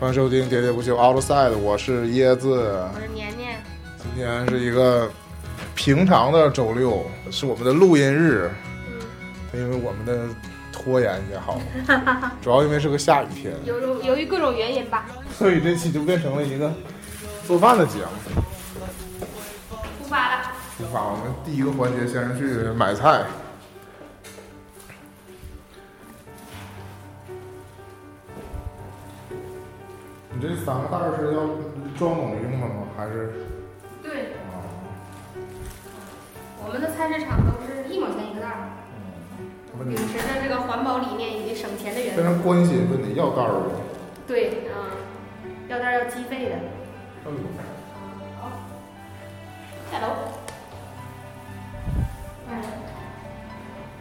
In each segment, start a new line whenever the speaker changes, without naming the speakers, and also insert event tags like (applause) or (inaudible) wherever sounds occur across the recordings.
欢迎收听《喋喋不休 Outside》，我是椰子。
我是年年，
今天是一个平常的周六，是我们的录音日，
嗯，
因为我们的拖延也好，主要因为是个下雨天，
由于由于各种原因吧，
所以这期就变成了一个做饭的节目。
出发了。
出发，我们第一个环节先是去买菜。你这三个袋儿是要装东西用的吗？还是？
对，
啊
我们的菜市场都是一毛钱一个袋儿，
问
秉
你，
持着这个环保理念以及省钱的原
非
则。
常关心问你要袋儿吗？
对，嗯，要袋儿要计费的。
哎呦
好，下楼。嗯，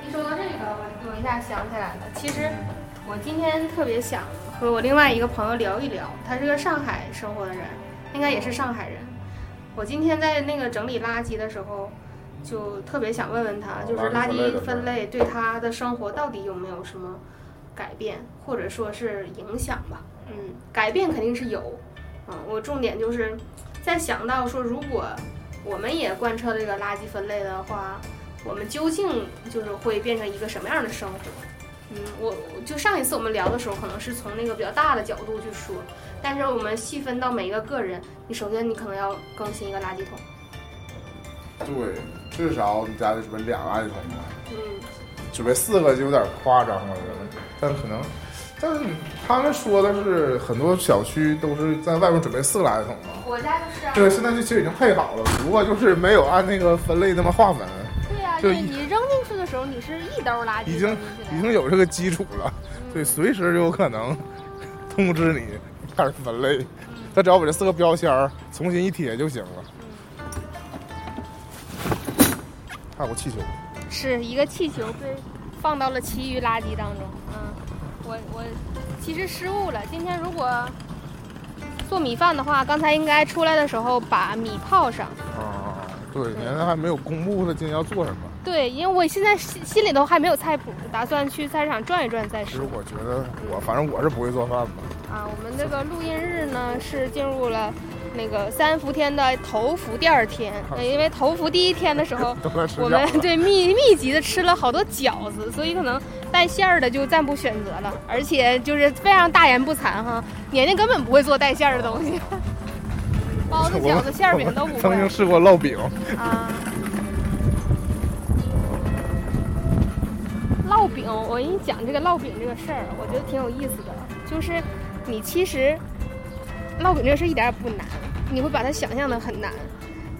一说到这个，我我一下想起来了，其实我今天特别想和我另外一个朋友聊一聊，他是个上海生活的人，应该也是上海人。我今天在那个整理垃圾的时候，就特别想问问他，就是垃圾分类对他的生活到底有没有什么改变，或者说是影响吧？嗯，改变肯定是有。嗯，我重点就是在想到说，如果我们也贯彻这个垃圾分类的话，我们究竟就是会变成一个什么样的生活？嗯，我我就上一次我们聊的时候，可能是从那个比较大的角度去说，但是我们细分到每一个个人，你首先你可能要更新一个垃圾桶，
对，至少你家得准备俩垃圾桶吧，
嗯，
准备四个就有点夸张了，我觉得。但可能，但他们说的是很多小区都是在外面准备四个垃圾桶嘛。
我家就是啊
这个现在就其实已经配好了，只不过就是没有按那个分类那么划分，
对呀、
就
就
一
是你扔进去的时候，你是一兜垃圾
已经
扔进
已
去的
经有这个基础了，对，随时就有可能通知你开始分类，他只要把这四个标签儿重新一贴就行了。还有个气球。
是一个气球被放到了其余垃圾当中。嗯，我我其实失误了。今天如果做米饭的话，刚才应该出来的时候把米泡上。
啊，对，现在还没有公布他今天要做什么。
对，因为我现在心心里头还没有菜谱，打算去菜市场转一转再
其
说
实。我觉得我，反正我是不会做饭的。
啊，我们这个录音日呢是进入了那个三伏天的头伏第二天，呃因为头伏第一天的时候
都在吃饺子
我们 (laughs) 对密密集的吃了好多饺子，所以可能带馅儿的就暂不选择了，而且就是非常大言不惭哈，年年根本不会做带馅儿的
(laughs)
东西，包子、饺子、馅儿饼都不
曾
会
经试过烙饼，
啊。烙饼，哦我跟你讲这个烙饼这个事儿，我觉得挺有意思的，就是你其实烙饼这个事儿一点儿也不难，你会把它想象的很难。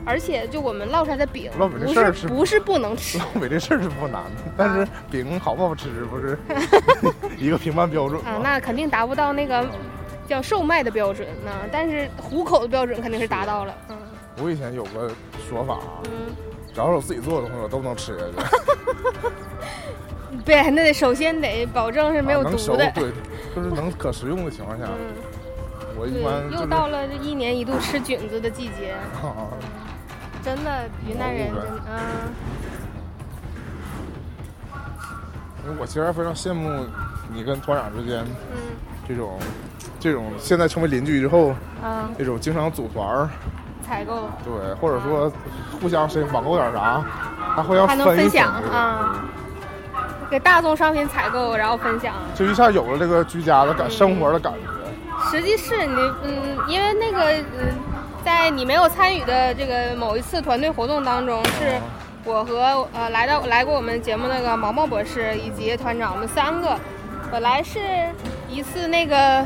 而且，就我们烙出来的饼，
烙饼这
不
事儿
是
是
不是不能
(laughs)
吃，
烙饼这事儿是不难
(laughs) 啊
的，但是饼好不好吃不是一个评判标准
啊，
吗？
那肯定达不到那个叫售卖的标准呢，但是糊口的标准肯定是达到了。嗯
我以前有个说法，啊
嗯，
只要是我自己做的东西，我都能吃下去，
对，那得首先得保证 (laughs) 是没有
啊能熟
毒的。
对，啊就是能可食用的情况下，
嗯，
我一般就
对，又
是
到了这一年一度吃菌子的季节，
(laughs) 啊，
真的云南人真的嗯，
因为我其实还非常羡慕你跟团长之间
嗯
这种这种现在成为邻居之后
嗯，
这种经常组团儿。
采购
对，或者说互相谁网购点啥，还互相
嗯还能分享
对
啊，给大宗商品采购，然后分享。
就一下有了这个居家的感、
嗯
生活的感觉。
实际是你嗯，因为那个嗯，在你没有参与的这个某一次团队活动当中，是我和呃来到来过我们节目那个毛毛博士以及团长，我们三个本来是一次那个。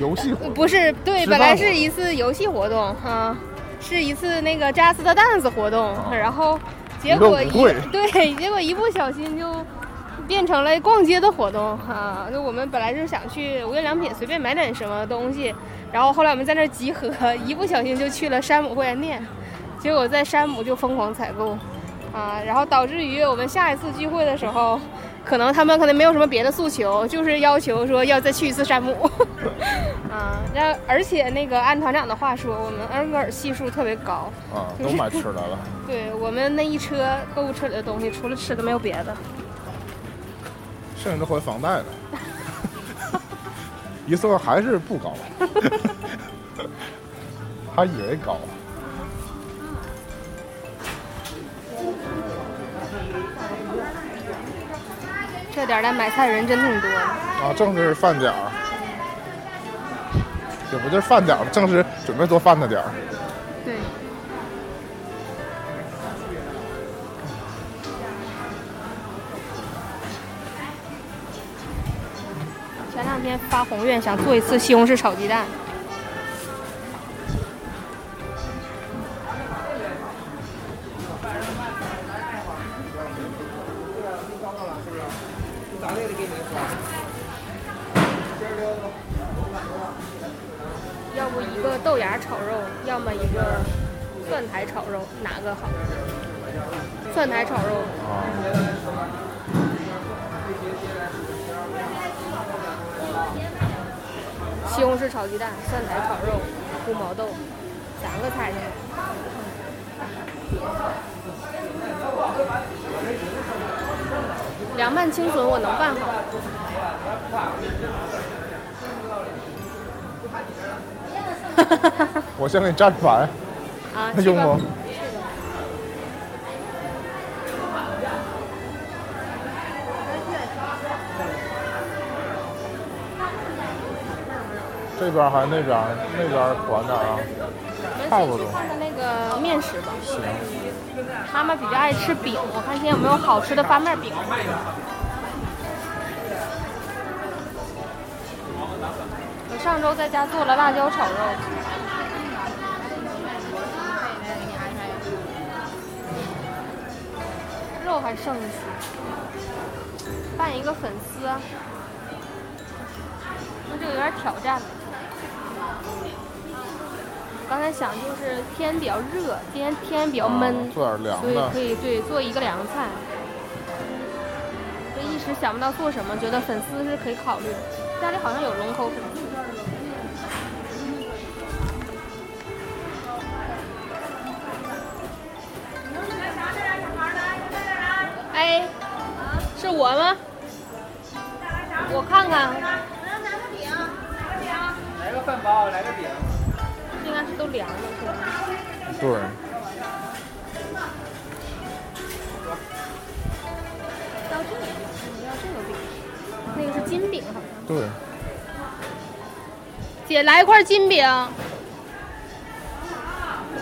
游戏活动
呃不是，对，
吃饭
本来
活动
是一次游戏活动，啊，是一次那个扎斯特 dance 活动，
啊
然后结果
一
一
个舞会
(laughs) 对，结果一不小心就变成了逛街的活动啊。那我们本来是想去无印良品随便买点什么东西，然后后来我们在那儿集合，一不小心就去了山姆会员店，结果在山姆就疯狂采购，啊，然后导致于我们下一次聚会的时候。可能他们可能没有什么别的诉求，就是要求说要再去一次山姆。 (laughs) 啊，然后而且那个按团长的话说，我们恩格尔系数特别高，
啊，都买吃的了。
对我们那一车购物车里的东西，除了吃的没有别的。
剩下都还房贷了。 (laughs) 一算还是不高， (laughs) 还以为高。
这点儿来买菜人真挺多的。
啊，正是饭点儿，也不就是饭点儿，正是准备做饭的点儿。
对。前两天发宏愿想做一次西红柿炒鸡蛋，要不一个豆芽炒肉，要么一个蒜苔炒肉，哪个好？蒜苔炒肉
啊，
西红柿炒鸡蛋、蒜苔炒肉、红毛豆，三个菜呢。凉拌青笋我能拌好，
我先给你站盘，
啊，
那用
这个
不？这边还那边儿，那边儿宽点儿啊。
我
差
们
不
先
多
去看看那个面食吧。妈妈比较爱吃饼，我看今天有没有好吃的发面饼。我上周在家做了辣椒炒肉，肉还剩一些，拌一个粉丝啊。那这个有点挑战了。刚才想就是天比较热，今天天比较闷，
啊做点凉
所以
的
可以对做一个凉菜。这一时想不到做什么，觉得粉丝是可以考虑的。家里好像有龙口粉丝。哎，是我吗？我看看，
来个饭包，来个饼。
应该是都凉了，是吧？
对，
要这个，你要这个饼，那个是金饼，好像。
对，
姐，来一块金饼。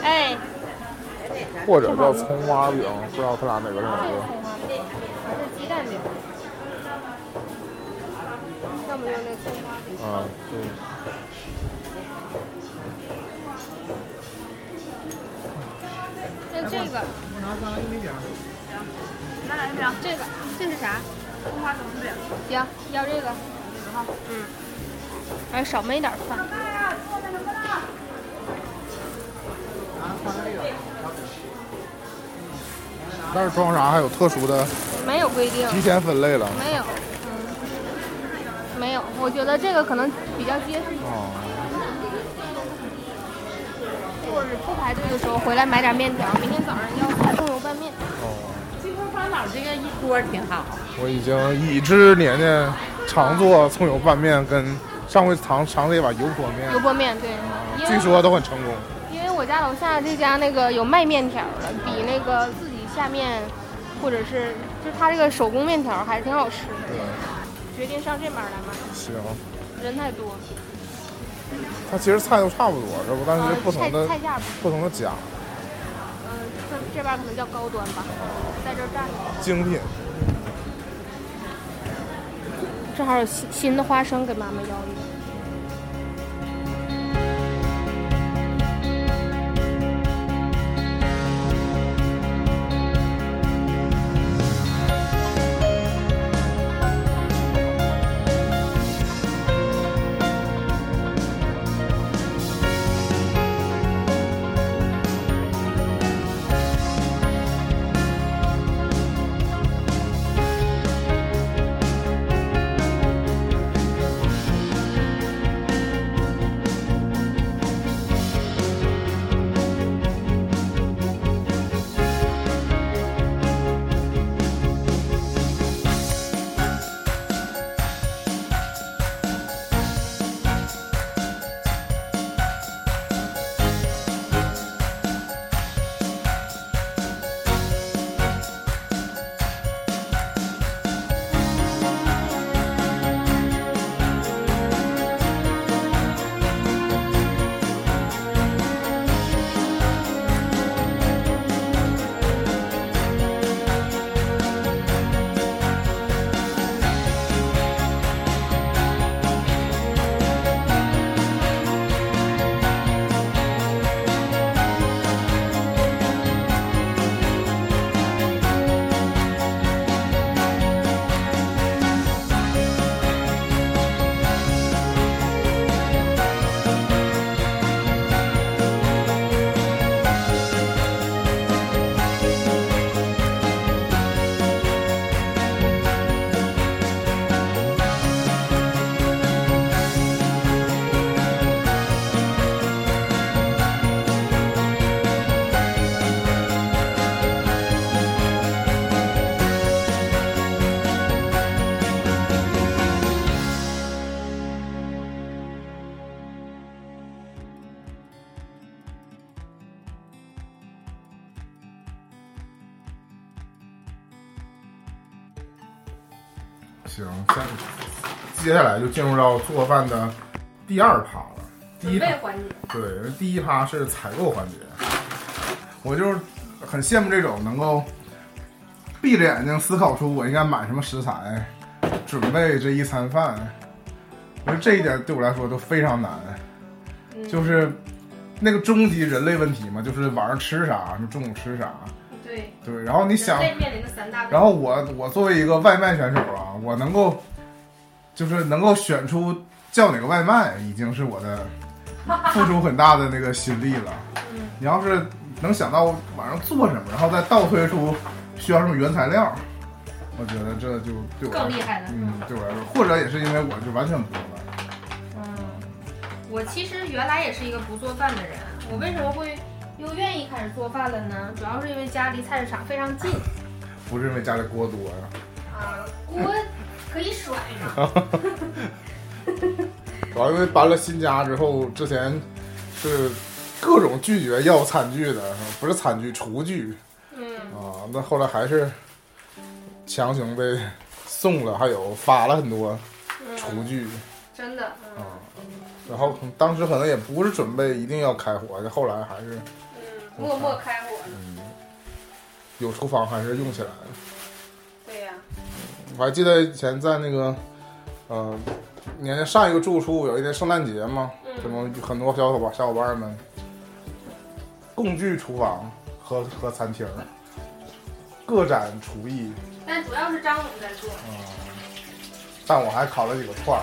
哎，
或者叫葱花饼，不知道他俩哪个更好
这个
喝。
葱花饼还是鸡蛋饼？要么就是那葱花饼。
啊，对。
那这个，这个，这是啥？葱花饼。行，要这个。嗯。哎，少焖一点饭。
但是装啥还有特殊的
没有规定。
提前分类了。
没有，嗯，没有。我觉得这个可能比较结实，
啊，
或者不排队的时候回来买点面条，明天早上要菜葱油拌面。
哦，
金凤芳老这个一锅挺好，
我已经已知年年常做葱油拌面，跟上回尝尝了一把油泼面
油，泼面，对，因
据
为
说都很成功。
因为我家楼下这家那个有卖面条的，比那个自己下面，或者是就是他这个手工面条还是挺好吃的。
对，
决定上这边来买，
行，
人太多，
它其实菜都差不多，是不？但
啊
是不同的
菜菜价不，
不同的家
嗯、这这边可能叫高端吧，在这儿站着。
精品。
正好有新新的花生给妈妈要一个。
啊，行，先接下来就进入到做饭的第二趴了。第一
准
趴
备环节，
对，第一趴是采购环节，我就是很羡慕这种能够闭着眼睛思考出我应该买什么食材，准备这一餐饭。我觉得这一点对我来说都非常难，
嗯
就是那个终极人类问题嘛，就是晚上吃啥，什么中午吃啥，
对，
对，然后你想
人类面临的三大问题
然后我我作为一个外卖选手啊，我能够就是能够选出叫哪个外卖，已经是
(laughs)
我的付出很大的那个心力了。
嗯
你要是能想到晚上做什么，然后再倒推出需要什么原材料，我觉得这就对我来
更
说
厉害了。
嗯，对我来说，或者也是因为我就完全不做饭。
嗯，我其实原来也是一个不做饭的人，我为什么会又愿意开始做饭了呢？主要是因为家离菜市场非常近，
不是因为家里锅多呀、
啊、锅可以甩嘛。 (laughs)
主要因为搬了新家之后，之前是各种拒绝要餐具的，呃不是餐具，厨具。
嗯，
啊，那后来还是强行被送了，还有发了很多厨具
真的，
啊。然后当时可能也不是准备一定要开火，就后来还是
嗯，默默开火了。
嗯，有厨房还是用起来了。
对呀、
我还记得以前在那个呃年年上一个住处有一天圣诞节嘛，什么很多小伙伴小伙伴们共聚厨房和和餐厅，各展厨艺。
但主要是张总在做。
嗯，但我还烤了几个串儿，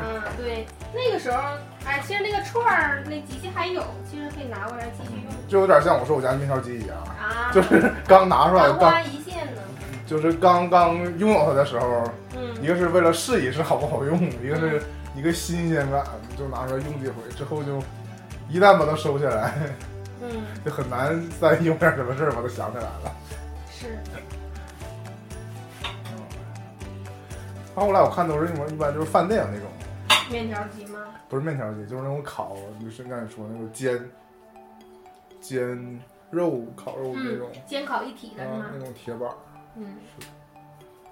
嗯，对，那个时候，哎，其实那个串儿那机器还有，其实可以拿过来继续用
就有点像我说我家面条机一样，
啊。
就是刚拿出来
昙
刚
花一现呢。
就是刚刚拥有它的时候，
嗯
一个是为了试一试好不好用，一个是一个新鲜感，就拿出来用几回之后就。一旦把它收起来，
嗯，
就很难再用点什么事儿把它想起来了。
是。
然后后来我看都是那种一般就是饭店那种，
面条机吗？
不是面条机，就是那种烤，就是刚才说那种煎煎肉、烤肉那种
嗯，，煎烤一体的是
啊
吗
那？种铁板儿，
嗯。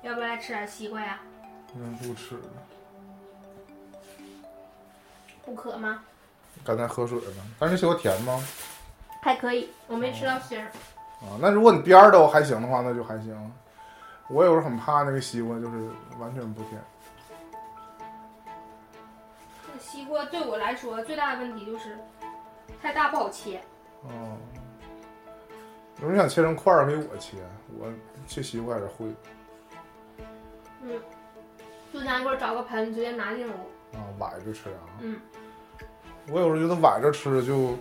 要不要来吃点西瓜呀？
嗯，不吃了。
不渴吗？
刚才喝水了，但是西瓜甜吗？
还可以，我没吃到芯儿。
啊，那如果你边儿都还行的话，那就还行。我有时候很怕那个西瓜，就是完全不甜。
这西瓜对我来说最大的问题就是太大不好切。
哦，有人想切成块儿给我切，我切西瓜还是会
就想一会儿找个盆直接拿进屋。
啊，崴着吃啊。
嗯。
我有时候觉得崴着吃就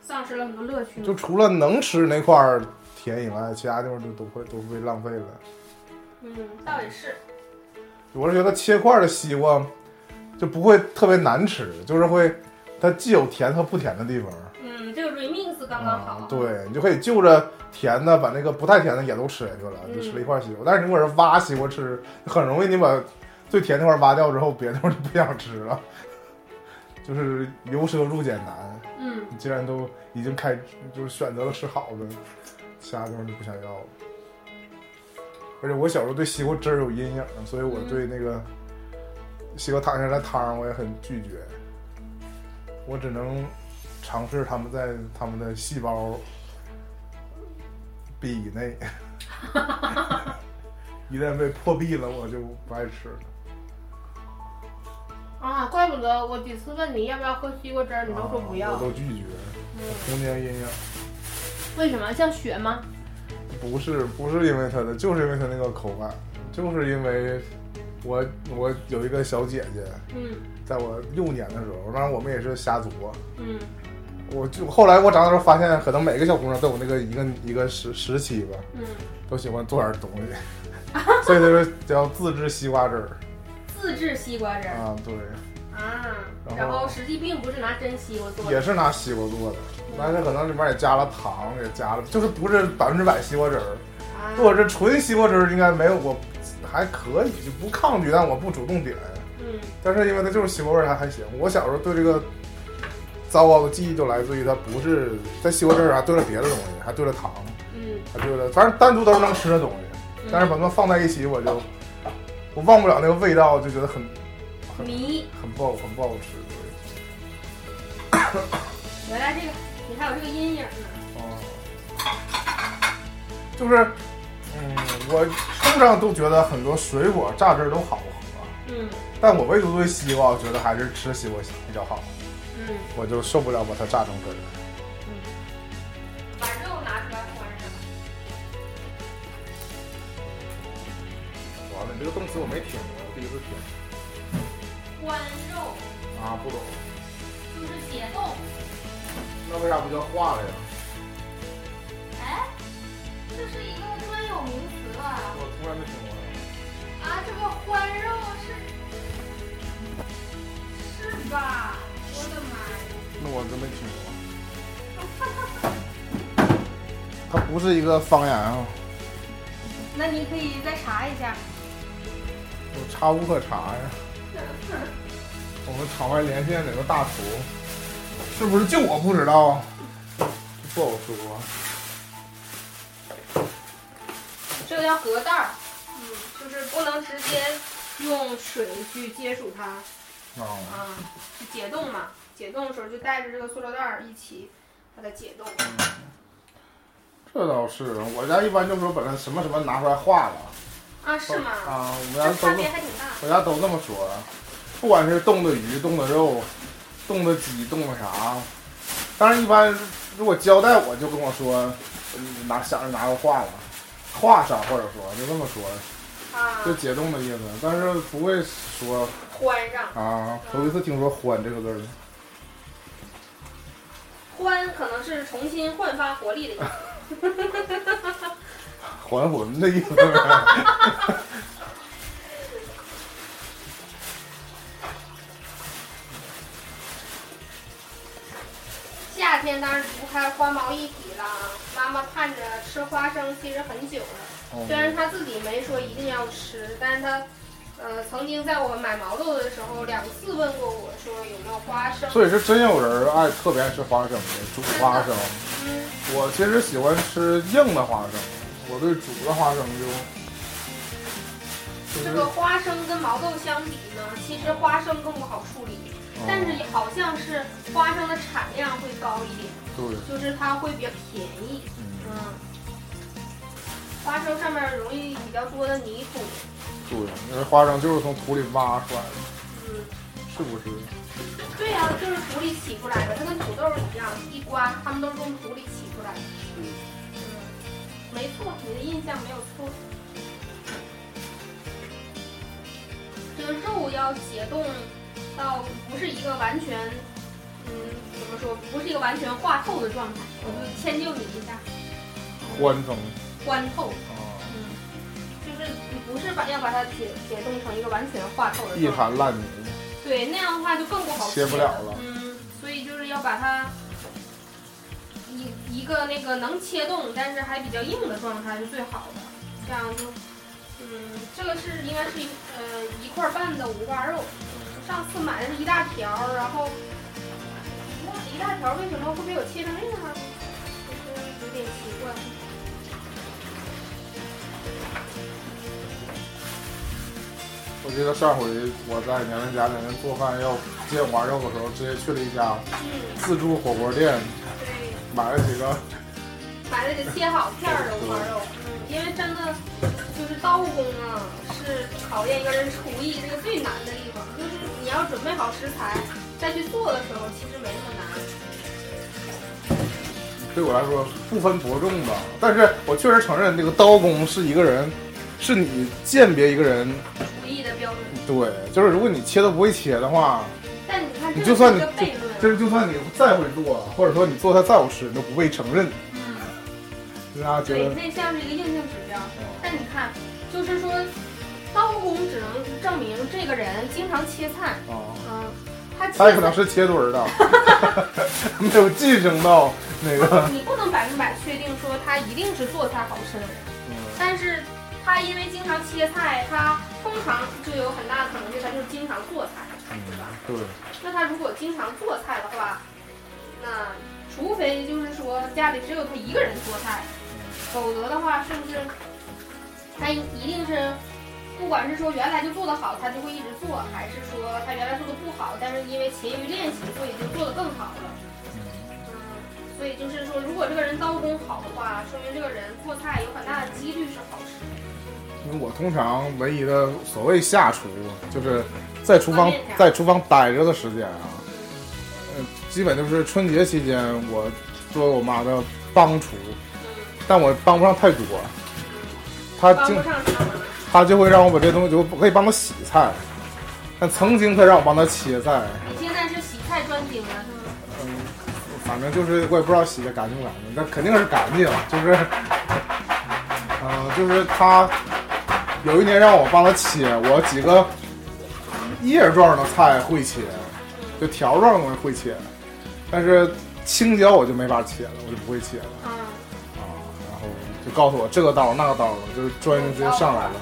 丧失了很多乐趣。
就除了能吃那块儿甜以外，其他地方就都会都被浪费了。
嗯，倒也是。
我是觉得切块儿的西瓜就不会特别难吃，就是会它既有甜和不甜的地方。
嗯，这个 remix 刚刚好。
啊。对，你就可以就着甜的把那个不太甜的也都吃下去了，就吃了一块西瓜。但是你如果是挖西瓜吃，很容易你把最甜那块挖掉之后，别的地方就不想吃了。 (laughs) 就是由奢入俭难，
嗯，
你既然都已经开，就是选择了吃好的，其他地方就不想要了。而且我小时候对西瓜汁儿有阴影，所以我
嗯
对那个西瓜躺下来汤我也很拒绝。我只能尝试他们在他们的细胞壁以内。 (laughs) 一旦被破壁了，我就不爱吃了。
啊，怪不得我几次问你要不要喝西瓜汁儿，你都说不
啊
要嗯
我，都拒绝。童年阴影
为什么？像雪吗？
不是不是因为它的，就是因为它那个口感，就是因为我我有一个小姐姐，
嗯
在我六年的时候，当然我们也是瞎琢磨。
嗯
我就后来我长大之后发现，可能每个小姑娘都有那个一个一个时时期吧，
嗯，
都喜欢做点东西，
(laughs)
所以他说叫自制西瓜汁儿
自制西瓜汁儿
啊，对，
啊，
然
然
后
后实际并不是拿真西瓜做
也
的。
是拿西瓜做的，但是可能里面也加了糖，也加了，就是不是百分之百西瓜汁儿。
啊
如果是纯西瓜汁儿，应该没有我还可以，就不抗拒，但我不主动点。
嗯
但是因为它就是西瓜味儿，还还行。我小时候对这个糟糕的记忆就来自于它不是在西瓜汁儿还兑了别的东西，还兑了糖，
嗯
还兑了，反正单独都是能吃的东西。但是把它们放在一起，我就我忘不了那个味道，就觉得很
迷，
很爆，很不好吃。对
原来这个你还有这个阴影呢。
哦，就是，嗯，我通常都觉得很多水果榨汁儿都好喝，
嗯
但我唯独对西瓜，我觉得还是吃西瓜比较好，
嗯，
我就受不了把它榨成汁儿。
把肉拿出来换上。
完了，你这个动词我没听过，我第一次听
关肉
啊，不懂。
就是解冻。
那为啥不叫化了呀？
哎，这是一个专有名词吧？
我从来没听过。
啊，这个欢肉是是吧？我的妈
那我真没听过。它不是一个方言啊，
那你可以再查一下。
有查无可查呀。我们场外连线哪个大厨？是不是就我不知道？啊这不好说。
呀！这个叫核袋儿，
嗯，就是不能直接
用水去接触它
啊、
啊，去解冻嘛。解冻的时候就带着这个塑料袋儿一起把它解冻。
这倒是，我家一般就说把它什么什么拿出来化了。
啊，是吗？
啊，我们家
这
都
差
这
别还挺大。
我家都这么说，不管是冻的鱼、冻的肉、冻的鸡、冻的啥，当然一般如果交代我就跟我说，嗯拿想着拿个画了，画上或者说就这么说，
啊，
就解冻的意思，但是不会说
欢上，
啊，头一次听说“欢”这个字儿，
欢可能是重新焕发活力的意思。
还魂的意思呗。
夏天当然离不开花毛一体了。妈妈盼着吃花生，其实很久了。
哦
虽
(laughs)
然她自己没说一定要吃，但是她，呃，曾经在我买毛豆的时候，两次问过我说有没有花生。
所以是真有人爱特别爱吃花生的，煮花生。
嗯，
我其实喜欢吃硬的花生，我对煮的花生就
这
就是
个花生跟毛豆相比呢，其实花生更不好处理，但是好像是花生的产量会高一点，
对。
就是它会比较便宜。
嗯
嗯，花生上面容易比较多的泥土。
对，因为花生就是从土里挖出来的，
嗯。
是不是？
对呀、就是土里起出来的，它跟土豆一样，地瓜它们都是从土里起出来的。嗯，没错，你的印象没有错。这个肉要解冻到不是一个完全，嗯，怎么说，不是一个完全化透的状态，我就迁就你一下，
欢腾
欢透，
啊，
嗯，就是你不是把要把它解解冻成一个完全化透的
一
状态，
盘烂泥，
对，那样的话就更不好
切不了了。
嗯，所以就是要把它一一个那个能切动，但是还比较硬的状态是最好的，这样就，嗯，这个是应该是一呃一块半的五花肉，上次买的是一大条儿，然后哇一大条儿为什么会被我切成这样儿？就是有点奇怪。
我记得上回我在娘娘家里面做饭要煎五花肉的时候，直接去了一家
嗯，
自助火锅店，
对。
买了几个。
买的得切好片儿的五花肉，嗯，因为真的就是刀工啊，是考验一个人厨艺这个最难的地方。就是你要准备好食材，再去做的时候，其实没那么难。
对我来说不分伯仲吧，但是我确实承认这个刀工是一个人，是你鉴别一个人。
厨艺的标准，
对，就是如果你切都不会切的话，
但你看，
你
这
就是算
一
你
个悖论，
这就算你再会做，或者说你做菜再好吃，你都不被承认。
嗯，
让大家觉
对，
得嗯
那像是一个硬性指标。但你看，就是说，刀工只能证明这个人经常切菜，
啊。
嗯，他切
他可
菜
能是切墩儿的， (laughs) 没有晋升到那个。
你不能百分百确定说他一定是做菜好吃的人。
嗯
但是他因为经常切菜，他通常就有很大的可能性，他就是经常做菜，对吧？
对，
那他如果经常做菜的话，那除非就是说家里只有他一个人做菜，否则的话是不是他一定是不管是说原来就做得好，他就会一直做，还是说他原来做的不好，但是因为勤于练习，所以就做得更好了。嗯，所以就是说，如果这个人刀工好的话，说明这个人做菜有很大的几率是好吃。
因为我通常唯一的所谓下厨，就是在厨
方
房
便点儿
在厨房待着的时间啊，嗯、基本就是春节期间我做我妈的帮厨，
嗯，
但我帮不上太多，她
帮
经
不上啥忙。
她就会让我把这东西，就我可以帮她洗菜，但曾经她让我帮她切菜，
你现在是洗菜专精了是吗？
嗯，反正就是我也不知道洗的干净不干净，但肯定是干净，就是， (laughs) 嗯、就是他有一年让我帮他切，我几个叶状的菜会切，就条状的东西会切，但是青椒我就没法切了，我就不会切了
啊，
啊。然后就告诉我这个刀那个刀，就是专业直接上来了，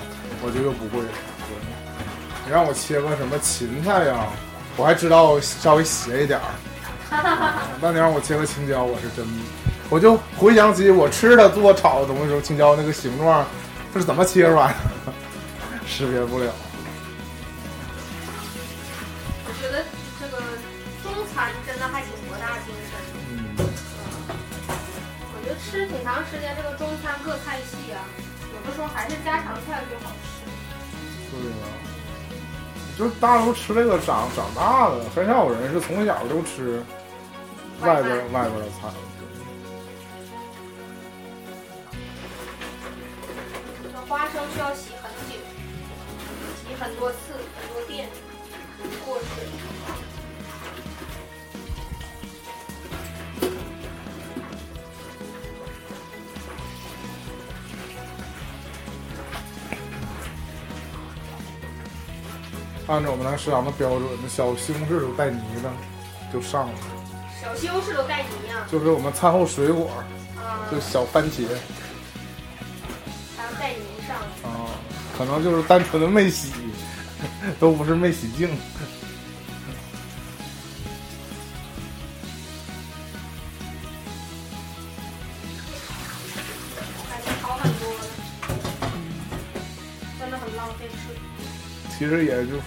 我就又不会。你让我切个什么芹菜呀、我还知道稍微斜一点儿。
哈哈哈哈。
那你让我切个青椒，我是真，我就回想起我吃的做炒的东西的时候，青椒那个形状，这是怎么切出来的， (laughs) 识别不了。
我觉得这个中餐真的还挺博大精深的。
嗯，
我觉得吃挺长时间这个中餐各菜系啊，有的时候还是家常菜最好吃。
对呀，啊就是大家都吃这个长长大的，很少有人是从小就吃外边外边的菜。
这花生需要洗很久，洗很多次，很多遍，过水。
按照我们那食堂的标准，那小西红柿都带泥的，就上了。
小西红柿都带泥啊，
就是我们餐后水果，
啊、
就是小番茄
还要带泥上。
啊，可能就是单纯的没洗，都不是没洗净。
感觉好很多了，真的很浪费水。
其实也就是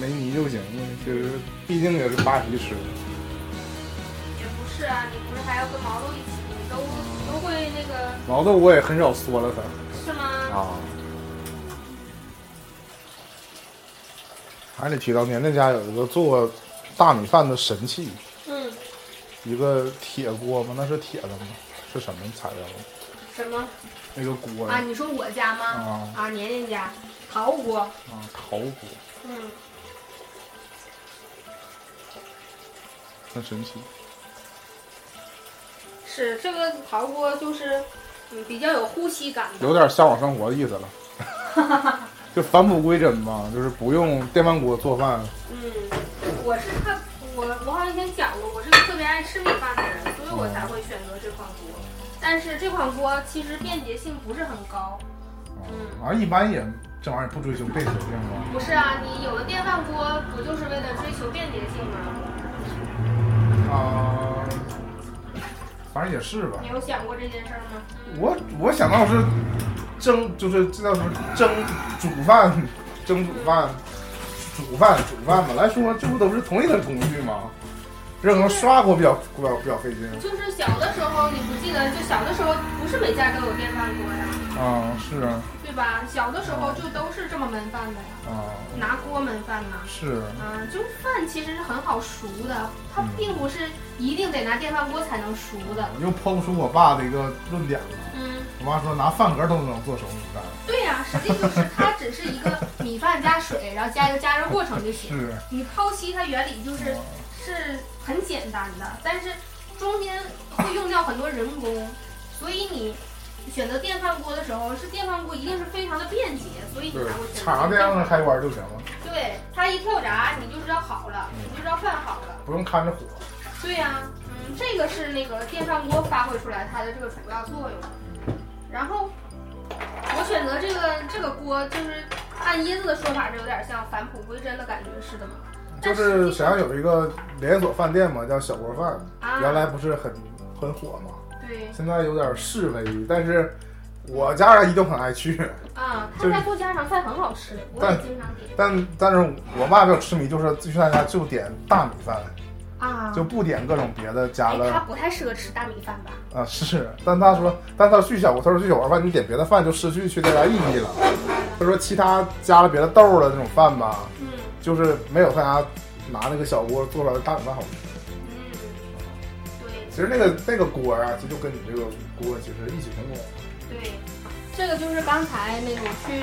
没泥就行了，就是毕竟也是扒皮吃。
也不是啊，你不是还要跟毛豆一起，你都都会那个
毛豆我也很少嗦了
是
它
吗？
啊。还得提到年年家有一个做大米饭的神器，
嗯，
一个铁锅吗？那是铁的吗？是什么材料？
什么
那个锅
啊？
呀
你说我家吗？
啊
啊，年年家陶锅，
啊，陶锅，
嗯，
很神奇。
是这个陶锅就是嗯比较有呼吸感的，
有点向往生活的意思了，
(laughs)
就返璞归真嘛，就是不用电饭锅做饭。
嗯，我是看我我好像以前讲过，我是个特别爱吃米饭的人，所以我才会选择这款锅。但是这款锅其实便捷性不是很高，嗯，
啊，一般也这玩意儿不追求便捷性嘛。
不是啊，你有的电饭锅不就是为了追求便捷性吗？
啊，反正也是吧
你。有想过这件事儿吗？嗯
我我想到是蒸，就是这叫什么蒸煮饭，蒸煮饭，煮饭煮饭本来说这不都是同一个工具吗？这可能刷锅比较比较比较费劲
啊就是小的时候，你不记得，就小的时候不是每家都有电饭锅呀，
啊，是啊
对吧？小的时候就都是这么焖饭的呀，
啊
拿锅焖饭呐。
是
啊，就饭其实是很好熟的，它并不是一定得拿电饭锅才能熟的。
我又抛出我爸的一个论点了。
嗯，
我妈说拿饭盒都能做手米饭，
对呀、实际就是它只是一个米饭加水，然后加一个加热过程就行。
是
你剖析它原理就是是很简单的，但是中间会用掉很多人工，所以你。选择电饭锅的时候，是电饭锅一定是非常的便捷，所以你才
对
会选择。
插电上的开关就行了，
对，它一跳闸你就知道好了，
嗯
你就知道饭好了。
不用看着火。
对呀、嗯，这个是那个电饭锅发挥出来它的这个主要作用。然后我选择这个这个锅，就是按椰子的说法，是有点像返璞归真的感觉似的嘛。
就
但
是
实际
沈阳有一个连锁饭店嘛，叫小锅饭，
啊，
原来不是很很火嘛，
对
现在有点式微，但是我家阿姨就很爱去， (laughs)
啊，
就
他
是
家做家常饭很好吃，我也
但
经常点
但但是我妈比较痴迷，就是去她家就点大米饭，
啊。
就不点各种别的加
哎，
了
他不太适合吃大米饭吧？
啊是。但她说，但她去小姑，她说去小锅饭，你点别的饭就失去去这家意义了。她说其他加了别的豆儿的那种饭吧，
嗯
就是没有她家拿那个小锅做出来的大米饭好吃。
嗯，对
其实那个那个锅啊，这就跟你这个锅其实异曲同工。
对，这个就是刚才那个我去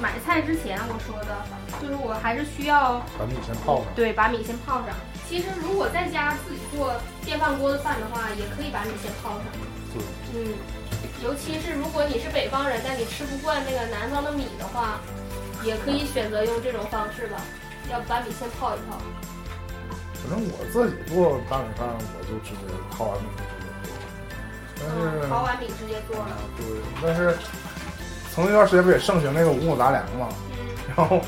买菜之前我说的，就是我还是需要
把米先泡上，
对把米先泡上。其实如果在家自己做电饭锅的饭的话，也可以把米先泡上。
对，
嗯，尤其是如果你是北方人，但你吃不惯那个南方的米的话，也可以选择用这种方式吧，要把米先泡一泡。
反正我自己做大米饭，我就直接泡完米就直接做。但
嗯，
是
刨完米直接做了。
对，但是从那段时间不也盛行那个五谷杂粮嘛，
嗯
然后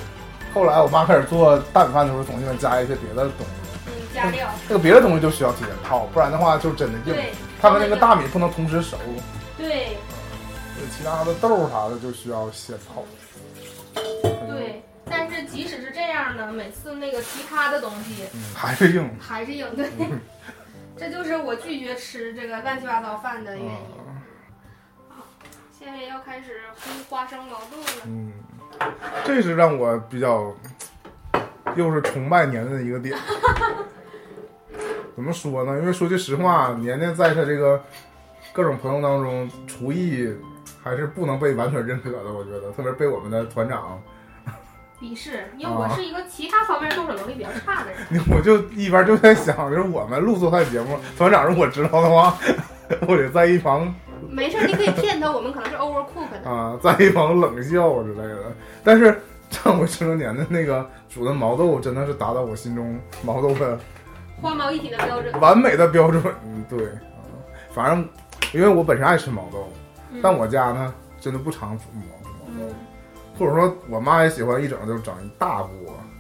后来我妈开始做大米饭的时候，总喜欢加一些别的东西，
嗯，加料。
那个别的东西就需要提前泡，不然的话就真的硬。
对，
它跟那个大米不能同时熟，
对
其他的豆儿啥的就需要先泡。
对，但是即使是这样呢，每次那个其他的东西
嗯，还是硬。
还是硬对。 (laughs) 这就是我拒绝吃这个乱七八糟饭的原因。
嗯
现在要开始烘花生毛肚了。
嗯，这是让我比较又是崇拜年年的一个点。怎么说呢？因为说句实话，年年在他这个各种朋友当中，厨艺还是不能被完全认可的。我觉得，特别是被我们的团长，啊
鄙视，因为我是一个其他方面动手能力比较差的人。
(laughs) 我就一边就在想，就是我们录做菜节目，团长如果知道的话， (laughs) 我得在一旁
没事，你可以骗他，我们可能是 overcook (laughs) 的。
啊，在一旁冷笑之类的。但是上回吃中年的那个煮的毛豆，真的是达到我心中毛豆的
花毛一体的标准。
完美的标准。嗯，对，啊反正因为我本身爱吃毛豆，
嗯
但我家呢真的不常煮毛豆，
嗯
或者说我妈也喜欢一整就整一大锅，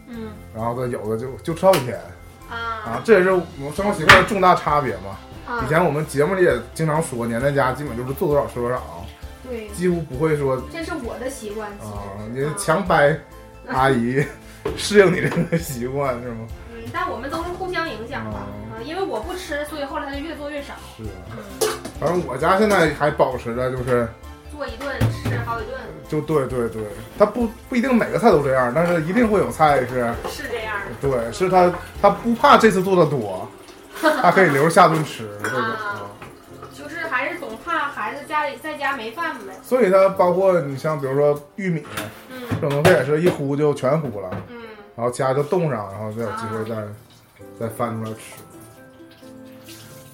嗯
然后她有的就就烧一天啊
啊，
这也是我们生活习惯的重大差别嘛。
啊
以前我们节目里也经常说，年在家基本就是做多少吃多少，
对，
几乎不会说
这是我的习惯。其实
啊，你强掰阿姨适应你这个习惯是吗？
嗯，但我们都是互相影响的
哦
啊，因为我不吃，所以后来他就越做越少，
是。反正我家现在还保持着，就是
做一顿吃好几顿，
就对对对，它不不一定每个菜都这样，但是一定会有菜是，
是这样的。
对，是他他不怕这次做的多，他可以留着下顿吃这种。
啊就是还是总怕孩子家里在家没饭呗。
所以它包括你像比如说玉米
嗯
这种东西，也是一糊就全糊了，
嗯，啊
然后加就冻上，然后再有机会再、再翻出来吃。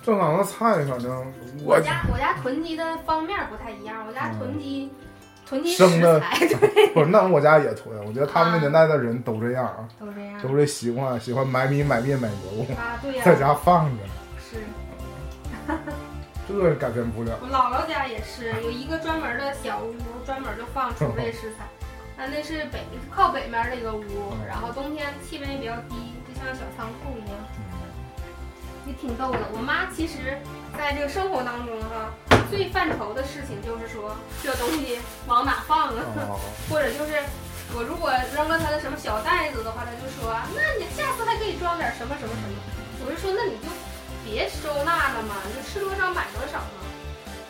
正常的菜，反正啊
我家我家囤积的方面不太一样，我家囤积囤积食
生的
材
不是，那我家也囤，我觉得他们那
啊
年代的人都这样，啊、
都这样
(laughs) 都这习惯，喜欢买米、买面、买蘑菇，
啊，对呀、
(laughs) 在家放着，
是。
这个改变不了。
我姥姥家也是有一个专门的小屋，专门就放储备食材。啊，那是北靠北面的一个屋，然后冬天气温也比较低，就像小仓库一样，也挺逗的。我妈其实在这个生活当中哈，最犯愁的事情就是说这东西往哪放啊，
哦，
或者就是我如果扔了她的什么小袋子的话，她就说那你下次还可以装点什么什么什么。我就说那你就别收纳了嘛，你就吃多少买多少嘛。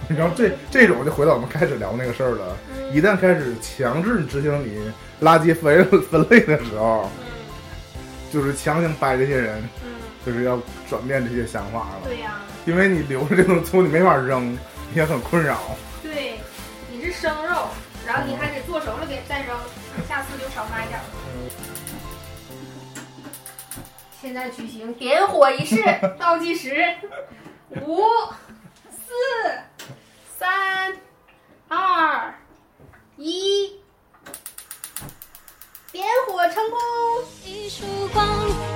然后这这种就回到我们开始聊那个事儿了。
嗯
一旦开始强制执行你垃圾分分类的时候，
嗯
就是强行掰这些人，
嗯，
就是要转变这些想法了。
对呀、
因为你留着这种醋，你没法扔，你也很困扰。
对，你是生肉，然后你还得做熟了给再扔，下次就少买点儿。现在举行点火仪式，倒计时，五、四、三、二、一，点火成功！
一束光，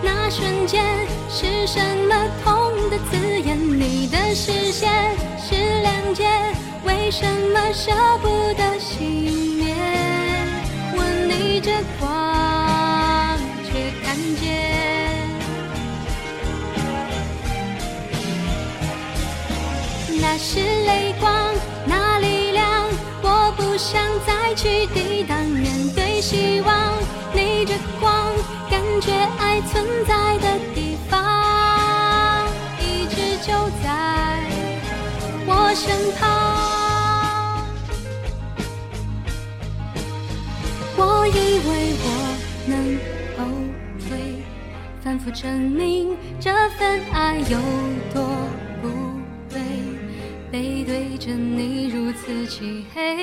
那瞬间是什么痛的刺眼？你的视线是谅解，为什么舍不得熄灭？我逆着光却看见，那是泪光，那力量在的地方，一直就在我身旁。我以为我能后退，反复证明这份爱有多不对，背对着你如此漆黑，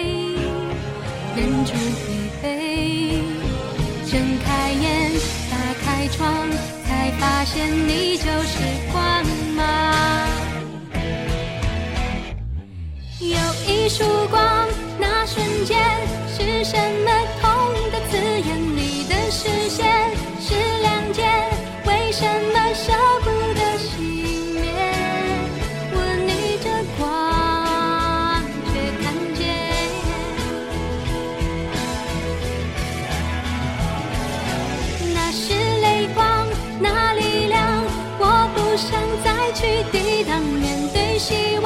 忍住疲惫，睁开眼，打开窗，才发现你就是光芒。有一束光，那瞬间是什么痛的刺眼？你的视线是亮剑，为什么舍不得熄灭？我逆着光，却看见。那是泪光，那力量，我不想再去抵挡，面对希